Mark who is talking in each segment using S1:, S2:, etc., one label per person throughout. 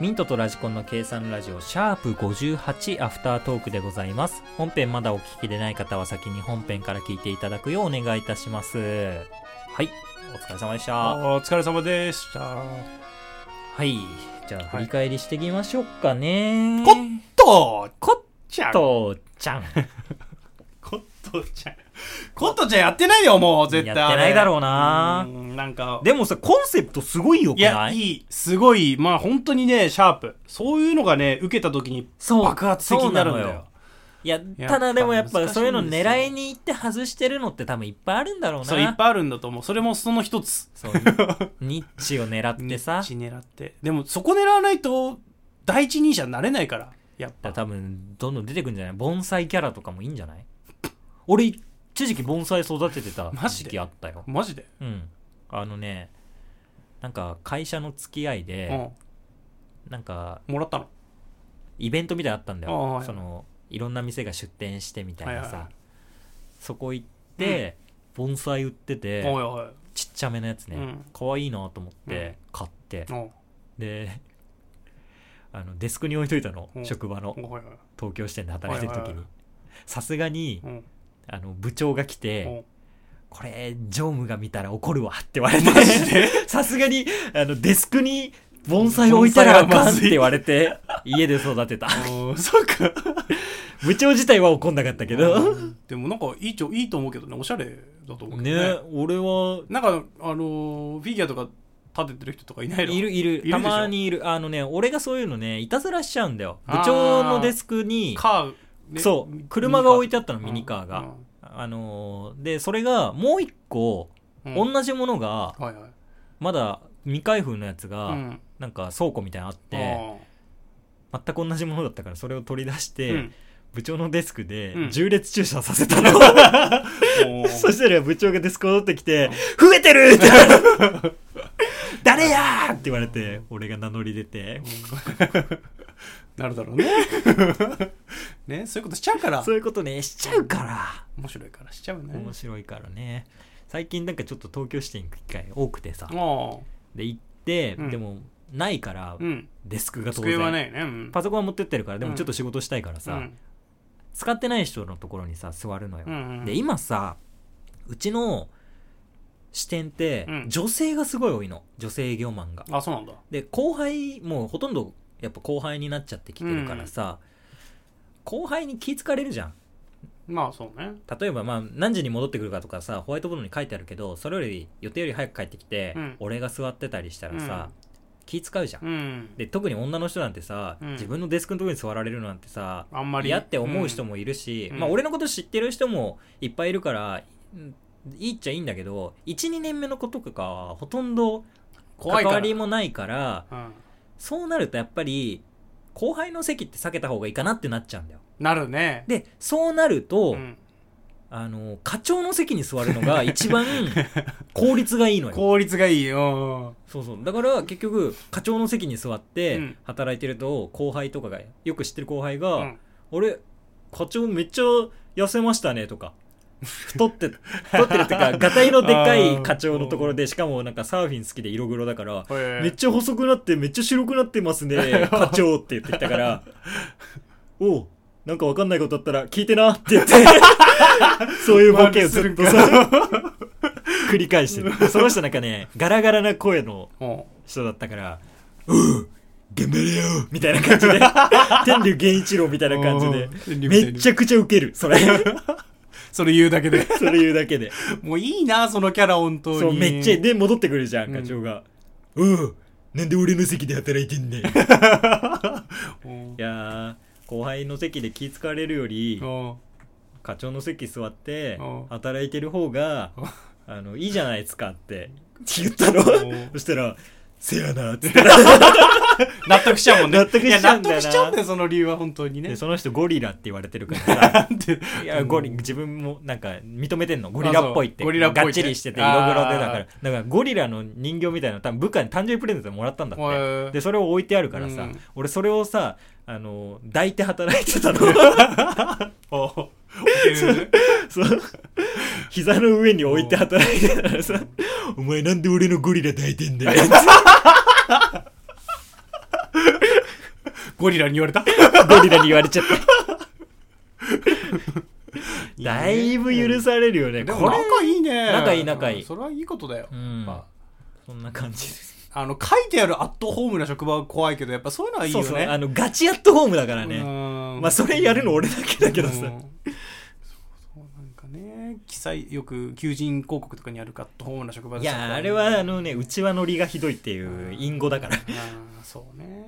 S1: ミントとラジコンの計算ラジオシャープ58アフタートークでございます。本編まだお聞きでない方は先に本編から聞いていただくようお願いいたします。はい、お疲れ様でした。
S2: お疲れ様でした。
S1: はい、じゃあ振り返りしていきましょうかね。
S2: ことこっちゃん。
S1: とちゃん。
S2: コットちゃん。コットちゃんやってないよ、もう、絶対。
S1: やってないだろうな
S2: うーんなんか。
S1: でもさ、コンセプトすごいよく
S2: いや、
S1: ない
S2: いい。すごい。まあ、本当にね、シャープ。そういうのがね、受けた時に
S1: そう
S2: 爆発的になるんだ
S1: そう
S2: よ。
S1: なのよいや、
S2: や
S1: ただでもやっ
S2: 難しいん
S1: ぱ
S2: ですよ
S1: そういうの狙いに行って外してるのって多分いっぱいあるんだろうな。
S2: そう、いっぱいあるんだと思う。それもその 一つ。
S1: そうニッチを狙って さ。
S2: 日狙って。でも、そこ狙わないと、第一人者になれないから。やっ
S1: だ
S2: ぱ。
S1: から多分どんどん出てくんじゃない盆栽キャラとかもいいんじゃない俺一時期盆栽育ててた
S2: マジ
S1: 時
S2: で
S1: 期あったよ
S2: マジで。
S1: うんあのねなんか会社の付き合いで、なんか
S2: うん。もらったの。
S1: イベントみたいなのあったんだ
S2: ああ
S1: よ
S2: はい
S1: そのいろんな店が出店してみたいなさ、
S2: はいはいはい
S1: そこ行って、盆栽売ってて
S2: おいおい。
S1: ちっちゃめのやつ
S2: う
S1: ね
S2: ん
S1: 可愛、いいなと思っ
S2: う
S1: て
S2: ん
S1: 買って、
S2: お
S1: であのデスクに置いといたの、
S2: うん
S1: 職場の
S2: おい
S1: 東京支店で働いてる時
S2: はいはいは
S1: に
S2: い
S1: さすがに
S2: おい。うん
S1: あの部長が来て、
S2: お
S1: これ、常務が見たら怒るわって言われて、 さすがに、あの、デスクに盆栽置いたらあ
S2: 盆栽
S1: か
S2: はま
S1: んっ
S2: ずい
S1: て言われて、家で育てた。
S2: おそうか。
S1: 部長自体は怒んなかったけど。
S2: でもなんかいいちょいいと思うけどねおしゃれだと思うけ
S1: ね
S2: どね
S1: 俺は、
S2: なんかあのーフィギュアとか立ててる人とかいないの
S1: いるい
S2: で
S1: る、
S2: しょ
S1: たまにいる。あのね、俺がそういうのね、いたずらしちゃうんだよ。部長のデスクに、
S2: カー、ね
S1: そう
S2: ミ、
S1: 車が置いて
S2: あ
S1: あったの、ミニカーが。あのー、で、それが、もう一個、
S2: うん
S1: 同じものが、
S2: はいはい
S1: まだ未開封のやつ
S2: う
S1: が、
S2: ん
S1: なんか倉庫みたいなのあって、全く同じものだったからそれを取り出し
S2: あ
S1: て、
S2: ーうん
S1: 部長のデスクで
S2: うん
S1: 重列駐車させたの、
S2: お ー
S1: そしたら部長がデスク戻ってきて「増えてる!」って 誰やーって言われて俺が名乗り出て
S2: なるだろうね ねそういうことしちゃうから
S1: そういうことねしちゃうか
S2: 面白いからしちゃう
S1: ら
S2: ね
S1: 面白いからね最近なんかちょっと東京支店行く機会多くてさ
S2: ああ
S1: で行って、
S2: うん
S1: でもないから
S2: うん
S1: デスクが当
S2: 机はな
S1: 然
S2: いねうん
S1: パソコンは持ってってるからでもちょっと仕事したいからさ、
S2: うん
S1: 使ってない人のところにさ座るのよ、
S2: うんうん
S1: で今さうちの支店って
S2: うん
S1: 女性がすごい多いの女性営業マンが
S2: あそうなんだ
S1: で後輩もうほとんどやっぱ後輩になっちゃってきてるからさ、後輩に気付かれるじゃん
S2: まあそうね
S1: 例えばまあ何時に戻ってくるかとかさホワイトボードに書いてあるけどそれより予定より早く帰ってきて、
S2: うん
S1: 俺が座ってたりしたらさ、気使うじゃん、
S2: うん
S1: で特に女の人なんてさ、
S2: うん
S1: 自分のデスクのところに座られるなんてさ
S2: あんまり
S1: 嫌って思う人
S2: も
S1: もいるし、
S2: うん
S1: まあ、
S2: うん
S1: 俺のこと知ってる人もいっぱいいるからうんいいっちゃいいんだけど12年目の子とかはほとんど
S2: 怖
S1: 関
S2: いから
S1: わりもないから
S2: うん
S1: そうなるとやっぱり後輩の席って避けた方がいいかなってなっちゃうんだよ
S2: なるね
S1: でそうなると、
S2: うん
S1: あの課長の席に座るのが一番効率がいいのよ
S2: 効率がいいよ
S1: そうそうだから結局課長の席に座っ
S2: う
S1: て
S2: ん
S1: 働いてると後輩とかがよく知ってる後輩
S2: う
S1: が、
S2: ん
S1: 俺課長めっちゃ痩せましたねとか太って太ってるっていうかガタイのでかい課長のところでしかもなんかサーフィン好きで色黒だからめ
S2: め
S1: っちゃ細くなってめっちゃ白くなってますね課長って言ってきたからおうなんかわかんないことあったら聞いてなって言ってそういうボケをずっとさ 繰り返してるその人なんかねガラガラな声の
S2: お
S1: 人だったから「うん頑張れよ!」みたいな感じ で天竜源一郎みたいな感じでめち
S2: ゃ
S1: ゃくちゃウケるそ れ
S2: それ言うだけで
S1: それ言うだけで
S2: もういいなそのキャラ本当に
S1: そうめっちゃで戻ってくるじゃん
S2: うん
S1: 課長が「うん、なんで俺の席で働いてん ねん」い
S2: うん
S1: やー後輩の席で気使われるより
S2: うん
S1: 課長の席座って
S2: うん
S1: 働いてる方が
S2: うん
S1: あのいいじゃないですか って言ったの
S2: うん
S1: そしたら「せやな」っ つって
S2: 納得しちゃうもんね
S1: 納得しちゃうんだよない
S2: や納得しちゃうんだよその理由は本当にね
S1: でその人ゴリラって言われてるからさ
S2: なんて
S1: いやゴリ
S2: うん
S1: 自分もなんか認めてんのゴリラっぽいって
S2: あそうゴリラっぽ
S1: が
S2: いって
S1: っちりしてて色黒でだからだからゴリラの人形みたいなの多分部下に誕生日プレゼントでもらったんだっ
S2: へ
S1: て
S2: ー
S1: でそれを置いてあるからさ、
S2: うん
S1: 俺それをさあの抱いて働いて たの
S2: おおけるね
S1: そう膝の上に置いて働いてたらさ「お前なんで俺のゴリラ抱いてんだよ」
S2: ゴリラに言 われた
S1: ゴリラに言われちゃった
S2: い
S1: だいぶ許されるよね
S2: で
S1: こ
S2: も
S1: れ
S2: 仲いいね
S1: 仲いい仲いい
S2: うんそれはいいことだよ、
S1: うん
S2: ま
S1: そんな感じです
S2: あ、あの書いてあるアットホームな職場は怖いけどやっぱそういうのはいいよ
S1: そう
S2: ね
S1: そうあのガチアットホームだから
S2: う
S1: ね
S2: ん
S1: まあそれやるの俺だけだけど
S2: う
S1: さ
S2: んそうそうなんかね記載よく求人広告とかにあるかとホームな職場
S1: い
S2: でした
S1: やあれはあのねうちわのりがひどいっていう隠語だから
S2: あーそうね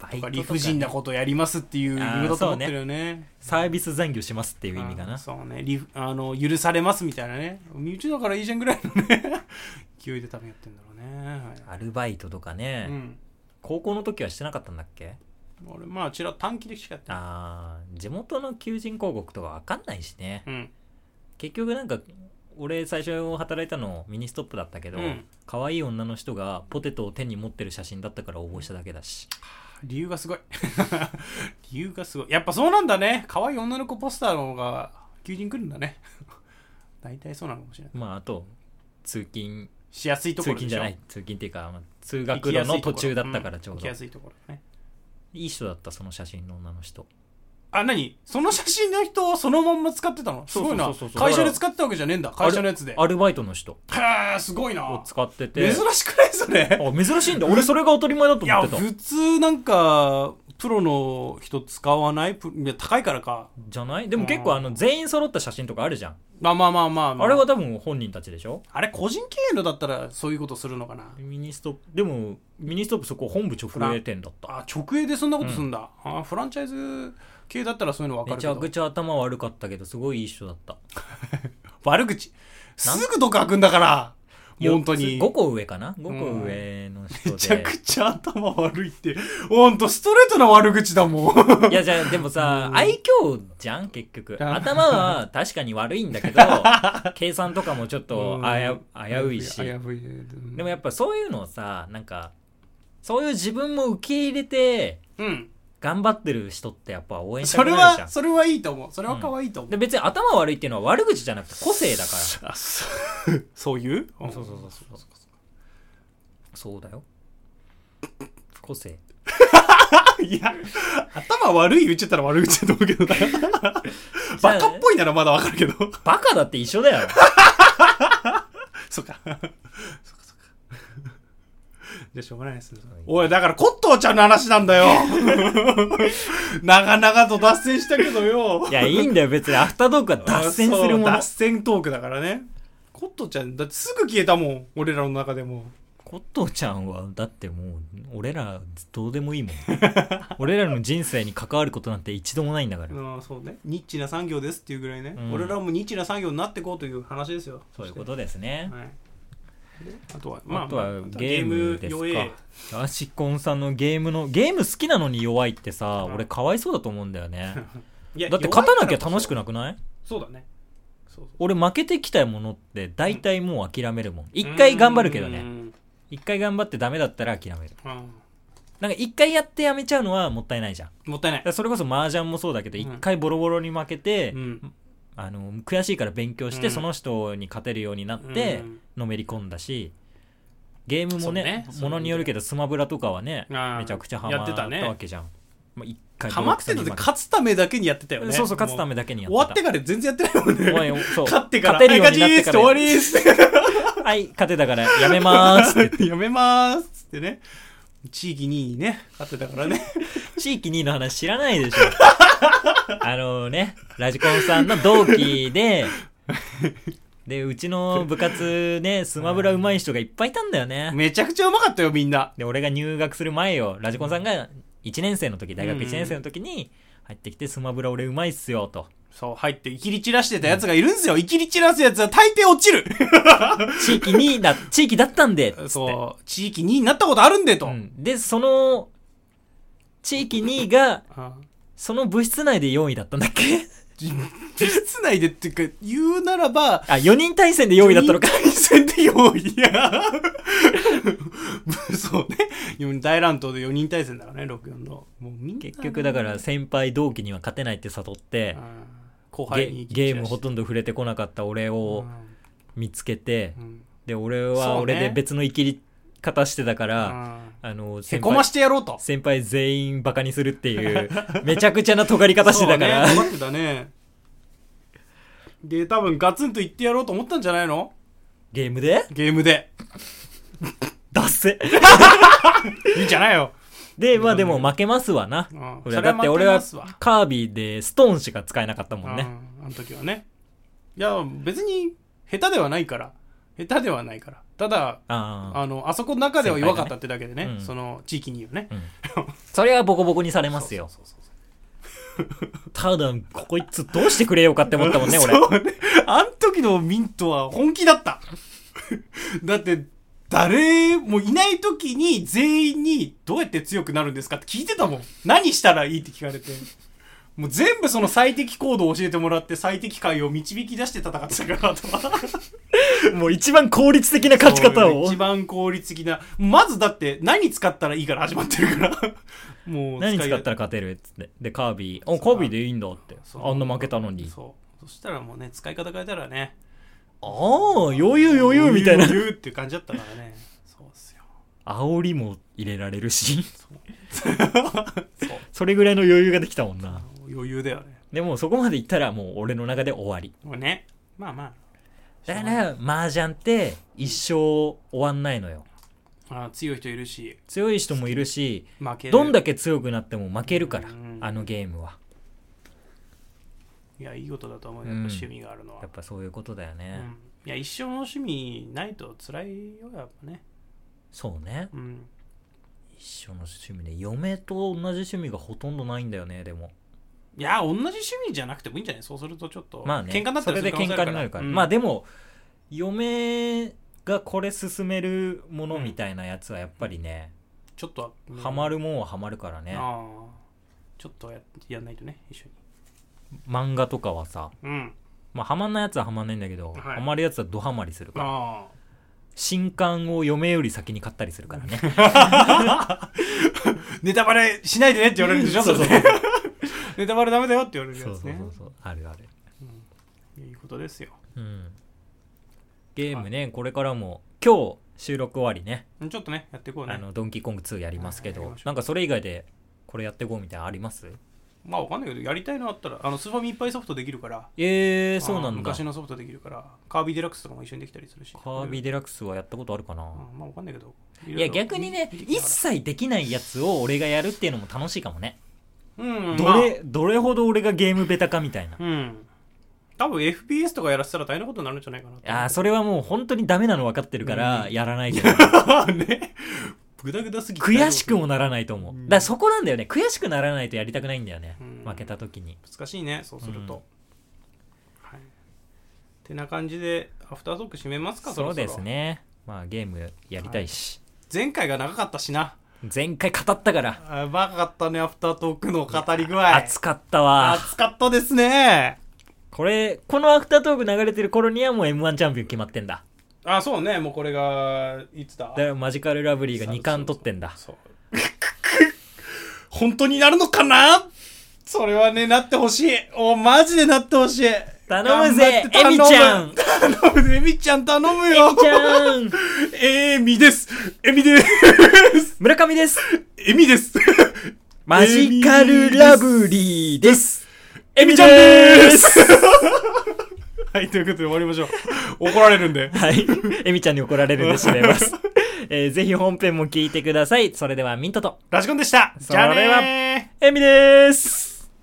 S1: バ
S2: と
S1: イト
S2: か
S1: とか
S2: 理不尽なことやりますっていう意味だと思ってるよね
S1: サービス残業しますっていう意味か
S2: あー
S1: な
S2: そうね理不あの許されますみたいなね身内だからいいじゃんぐらいのね 勢いで多分やってんだろうね、は
S1: アルバイトとかね
S2: い、うん
S1: 高校の時はしてなかったんだっけ
S2: 俺まあちら短期でしかやってない
S1: あー地元の求人広告とかわかんないしね
S2: うん
S1: 結局なんか俺最初働いたのミニストップだったけど
S2: うん
S1: 可愛、い女の人がポテトを手に持ってる写真だったから応募しただけだし
S2: 理由がすごい 理由がすごいやっぱそうなんだね可愛い女の子ポスターの方が求人来るんだね 大体そうなのかもしれない
S1: まああと通勤
S2: しやすいとこ
S1: 通
S2: ろで
S1: 勤
S2: しょ
S1: じゃない通勤っていうか、まあ通学路の途中だったからちょう
S2: 行
S1: ど、
S2: き
S1: い
S2: やすいところうん行きやすいところね
S1: い人だったその写真の女の人
S2: あ何その写真の人をそのまんま使ってたのすごいな
S1: そうそうそうそう
S2: 会社で使ってたわけじゃねえんだ会社のやつで
S1: アルバイトの人
S2: へえすごい
S1: を
S2: な
S1: 使ってて
S2: 珍しくない それ
S1: あ珍しいんだ俺それが当たり前だと
S2: い
S1: 思
S2: や
S1: ってた
S2: 普通なんかプロの人使わないプいや高いからか
S1: じゃないでも結構あの全員揃った写真とかあるじゃん、
S2: まあまあまあまあ、ま
S1: あれは多分本人たちでしょ
S2: あれ個人経営のだったらそういうことするのかな
S1: ミニストップでもミニストップそこ本部直営店だった
S2: あ直営でそんなことすんだ、あフランチャイズ系だったらそういうの分か
S1: め
S2: る
S1: ち
S2: け
S1: ゃ
S2: ど
S1: くちゃ頭悪かったけどすごいいい人だった
S2: 悪口すぐ毒開くんだから本当に
S1: 5個上かな5個上の人で、
S2: めちゃくちゃ頭悪いってほんとストレートな悪口だもん
S1: いやじゃあでもさ、
S2: うん
S1: 愛嬌じゃん結局
S2: あ
S1: 頭は確かに悪いんだけ ど計算とかもちょっとあや危ういし
S2: 危うい
S1: でもやっぱそういうのをさなんかそういう自分も受け入れて
S2: うん
S1: 頑張ってる人ってやっぱ応援した
S2: そ
S1: く
S2: れ
S1: なるじゃ
S2: は
S1: ん
S2: それはいいと思うそれは可愛いと思う、
S1: で別に頭悪いっていうのは悪口じゃなくて個性だから
S2: あそうそういうそう
S1: そうそうそうそうそうだよ個性
S2: いや頭悪い言っちゃったら悪口だと思うけどなバカっぽいならまだわかるけど
S1: バカだって一緒だよ
S2: そっか。そっかそっか。じゃあしょうがないですね。おい、だからコットーちゃんの話なんだよ。長々と脱線したけどよ。
S1: いやいいんだよ別にアフタートークは脱線するも
S2: そう
S1: の
S2: 脱線トークだからね。コットーちゃん、だってすぐ消えたもん。俺らの中でも。
S1: コットーちゃんはだってもう俺らどうでもいいもん俺らの人生に関わることなんて一度もないんだから
S2: うん、そうね。ニッチな産業ですっていうぐらいね。
S1: うん
S2: 俺らもニッチな産業になってこうという話ですよ。
S1: そういうことですね
S2: とはい。であとは、まあ、
S1: あとはゲームです
S2: ゲーム弱え
S1: かアシコンさんのゲームのゲーム好きなのに弱いってさ
S2: うん
S1: 俺かわいそうだと思うんだよね
S2: いや
S1: だって勝たなきゃ楽しく
S2: い
S1: なくない
S2: そうだね。そうそう
S1: 俺負けてきたものって大体もう諦めるもん一回頑張るけど
S2: う
S1: ね
S2: ん
S1: 一回頑張ってダメだったら諦める
S2: うん
S1: なんか一回やってやめちゃうのはもったいないじゃんだか
S2: もったいない
S1: らそれこそ麻雀もそうだけど
S2: うん
S1: 一回ボロボロに負けて、
S2: うん
S1: あの悔しいから勉強して、
S2: うん
S1: その人に勝てるようになって、
S2: うん
S1: のめり込んだしゲームもね
S2: そうね
S1: ものによるけどスマブラとかはね
S2: あー
S1: めちゃくちゃハマ
S2: や
S1: っ
S2: っ
S1: て
S2: て
S1: た
S2: たね
S1: わけじゃんまあ一回
S2: ハマってた
S1: ボ
S2: っ
S1: ロ
S2: て
S1: クソに負け
S2: 勝つためだけにやってたよね
S1: そうそう勝つため
S2: も
S1: だけに
S2: う
S1: や
S2: 終わって
S1: た
S2: から全然やってないもんね
S1: 終わそう
S2: 勝ってから
S1: 勝てるように
S2: 勝ち
S1: なっ
S2: ー
S1: て
S2: っつ
S1: か
S2: って
S1: ら
S2: 終わりーっつっ
S1: はい勝てたからやめます って
S2: てやめまーすってね地域2位にね勝ってたか らね
S1: 地域2の話知らないでしょあのねラジコンさんの同期 ででうちの部活ねスマブラ上手い人がいっぱいいたんだよね
S2: めちゃくちゃうまかったよみんな
S1: で俺が入学する前よラジコンさんが1年生の時大学1年生の時に入ってきて「スマブラ俺うまいっすよ」と
S2: そう入っていきり散らしてたやつがいるんですよいきり散らすやつは大抵落 ちる
S1: 「地域に だ地域だったんで」っつって
S2: そう地域2位になったことあるんでと、
S1: うんでその地域2位が
S2: あ
S1: その部室内で4位だったんだっけ
S2: じ室内でっていうか、言うならば、
S1: あ、4人対戦で用意だったのか。
S2: 4人対戦で用意。いや。 そうね。四人大乱闘で4人対戦だからね、64の。もうみん な
S1: 結局だから先輩同期には勝てないって悟って
S2: う、ん後輩
S1: ゲ
S2: に
S1: ゲームほとんど触れてこなかった俺
S2: ど
S1: を見つけて、
S2: うん
S1: で、俺
S2: そう
S1: は
S2: ね
S1: 俺で別の生きり方してたから、
S2: あ
S1: あの、
S2: へ
S1: 先
S2: こま
S1: 輩、
S2: してやろうと。
S1: 先輩全員バカにするっていう、めちゃくちゃな尖り方してたから
S2: そう。ね、頑張ってたね。 で、多分ガツンと言ってやろうと思ったんじゃないの
S1: ゲームで
S2: ゲームで。
S1: ダッセ
S2: いいんじゃないよ。
S1: で、まあでも負けますわな。
S2: うん
S1: 俺はだって俺は
S2: それ負けますわ
S1: カービィでストーンしか使えなかったもんね。
S2: うんあの時はね。いや、別に下手ではないから。下手ではないから。ただ、
S1: ああ。
S2: あの、あそこの中では弱かったってだけでね、
S1: 先輩がねうん
S2: その地域によね。
S1: うんそれはボコボコにされますよ。
S2: そうそうそう
S1: ただ、こいつどうしてくれようかって思ったも んね、俺。
S2: そうね。あん時のミントは本気だった。 だって、誰もいない時に全員にどうやって強くなるんですかって聞いてたもん。何したらいいって聞かれて。もう全部その最適行動を教えてもらって最適解を導き出して戦ってたから、あとは。
S1: もう一番効率的な勝ち方
S2: そう
S1: を
S2: 一。番効率的な。まずだって何使ったらいいから始まってるから。もう
S1: 何使った
S2: ら
S1: ら勝てるっつって。で、カービィ。お、カービィでいいんだって。あんな負けたのに。
S2: そう。そしたらもうね、使い方変えたらね。
S1: ああ、余裕余裕みたいな。
S2: 余裕っていう感じだったからね。そうっすよ。
S1: 煽りも入れられるし。
S2: そう。
S1: それぐらいの余裕ができたもんな。
S2: 余裕だよね。
S1: でもそこまでいったらもう俺の中で終わり。
S2: もうね。まあま
S1: だから、麻雀って一生終わんないのよ。
S2: あ。あ強い人いるし、
S1: 強い人もいるし、
S2: 負ける。
S1: どんだけ強くなっても負けるから
S2: うん、
S1: あのゲームは。
S2: いや、いいことだと思うよ。
S1: うん
S2: やっぱ趣味があるのは。
S1: やっぱそういうことだよ
S2: う
S1: ね。
S2: んいや、一生の趣味ないと辛いよ、やっぱね。
S1: そうね。
S2: うん。
S1: 一緒の趣味で、嫁と同じ趣味がほとんどないんだよね、でも。
S2: いや、同じ趣味じゃなくてもいいんじゃないそうするとちょっと。
S1: まあね、
S2: 喧嘩になった
S1: そ
S2: り
S1: れ
S2: す
S1: で
S2: る可能
S1: 喧
S2: 性
S1: 嘩になるから。
S2: うん
S1: まあでも、嫁がこれ勧めるものみたいなやつはやっぱりね、
S2: ちょっとは、うん
S1: ハマるもんはハマるからね。
S2: ああちょっとややんないとね一緒に
S1: 漫画とかはさ、
S2: うん
S1: まあハマんないやつはハマんないんだけど、
S2: はい
S1: ハマるやつはドハマりするから。
S2: あ
S1: 新刊を嫁より先に買ったりするからね。
S2: あネタバレしないでねって言われるでしょ
S1: そうそう
S2: れね ネタバレダメだよって言われるやつ
S1: そ
S2: ね
S1: うそうそうそう。あるある。
S2: いいことですよ
S1: うん。ゲームね、これからも、今日収録終わりね。
S2: ちょっとねやっていこう
S1: あ
S2: ね
S1: の、ドンキーコング2やりますけ
S2: はいや
S1: ど
S2: りましょ、う
S1: なんかそれ以外で、これやってこうみたいなのあります
S2: まあわかんないけどやりたいのあったらあのスーファミいっぱいソフトできるから
S1: えー、そうな
S2: ああ
S1: んだ。
S2: 昔
S1: カ
S2: のソフトできるからカービィデラックスとかも一緒にできたりするし
S1: ービィ
S2: ィ
S1: デラックスはやったことあるかな
S2: まあわかんないけど
S1: いや、逆にね、一切できないやつを俺がやるっていうのも楽しいかもね。
S2: うん
S1: どれ、どれほど俺がゲームベタかみたいな
S2: ま。あうん多分 FPS とかやらせたら大変なことになるんじゃないかなと思う
S1: ああ、それはもう本当にダメなの分かってるから、
S2: うん
S1: やらないけど。
S2: ね。ぐだぐだすぎて
S1: 悔しくもならないと思う。
S2: うん
S1: だからそこなんだよね。悔しくならないとやりたくないんだよね
S2: うん。
S1: 負けた時に。
S2: 難しいね、そうすると。
S1: うん
S2: はい。てな感じで、アフタートーク締めますか、
S1: そう
S2: ろ
S1: で
S2: ろ
S1: す。ね。まあゲームやりたいし。
S2: 前回が長かったしな。
S1: 前回語ったから。
S2: あバカかったね、アフタートークの語り具合。
S1: 熱かったわ。
S2: 熱かったですね。
S1: これ、このアフタートーク流れてる頃にはもう M1 チャンピオン決まってんだ。
S2: あ、そうね、もうこれが、いつだ
S1: だからマジカルラブリーが2冠取ってんだ。
S2: そう。 本当になるのかなそれはね、なってほしい。お、マジでなってほしい。
S1: 頼むぜ
S2: 頑張って
S1: エミちゃん
S2: 頼むエミちゃん頼むよ
S1: エミちゃん
S2: エミですエミです
S1: 村上です
S2: エミです
S1: マジカルラブリーです
S2: エミちゃんでーすはい、ということで終わりましょう。怒られるんで。
S1: はい。エミちゃんに怒られるんで締めます。えーぜひ本編も聞いてください。それではミントと、
S2: ラジコンでしたじゃあねー
S1: それエミでーす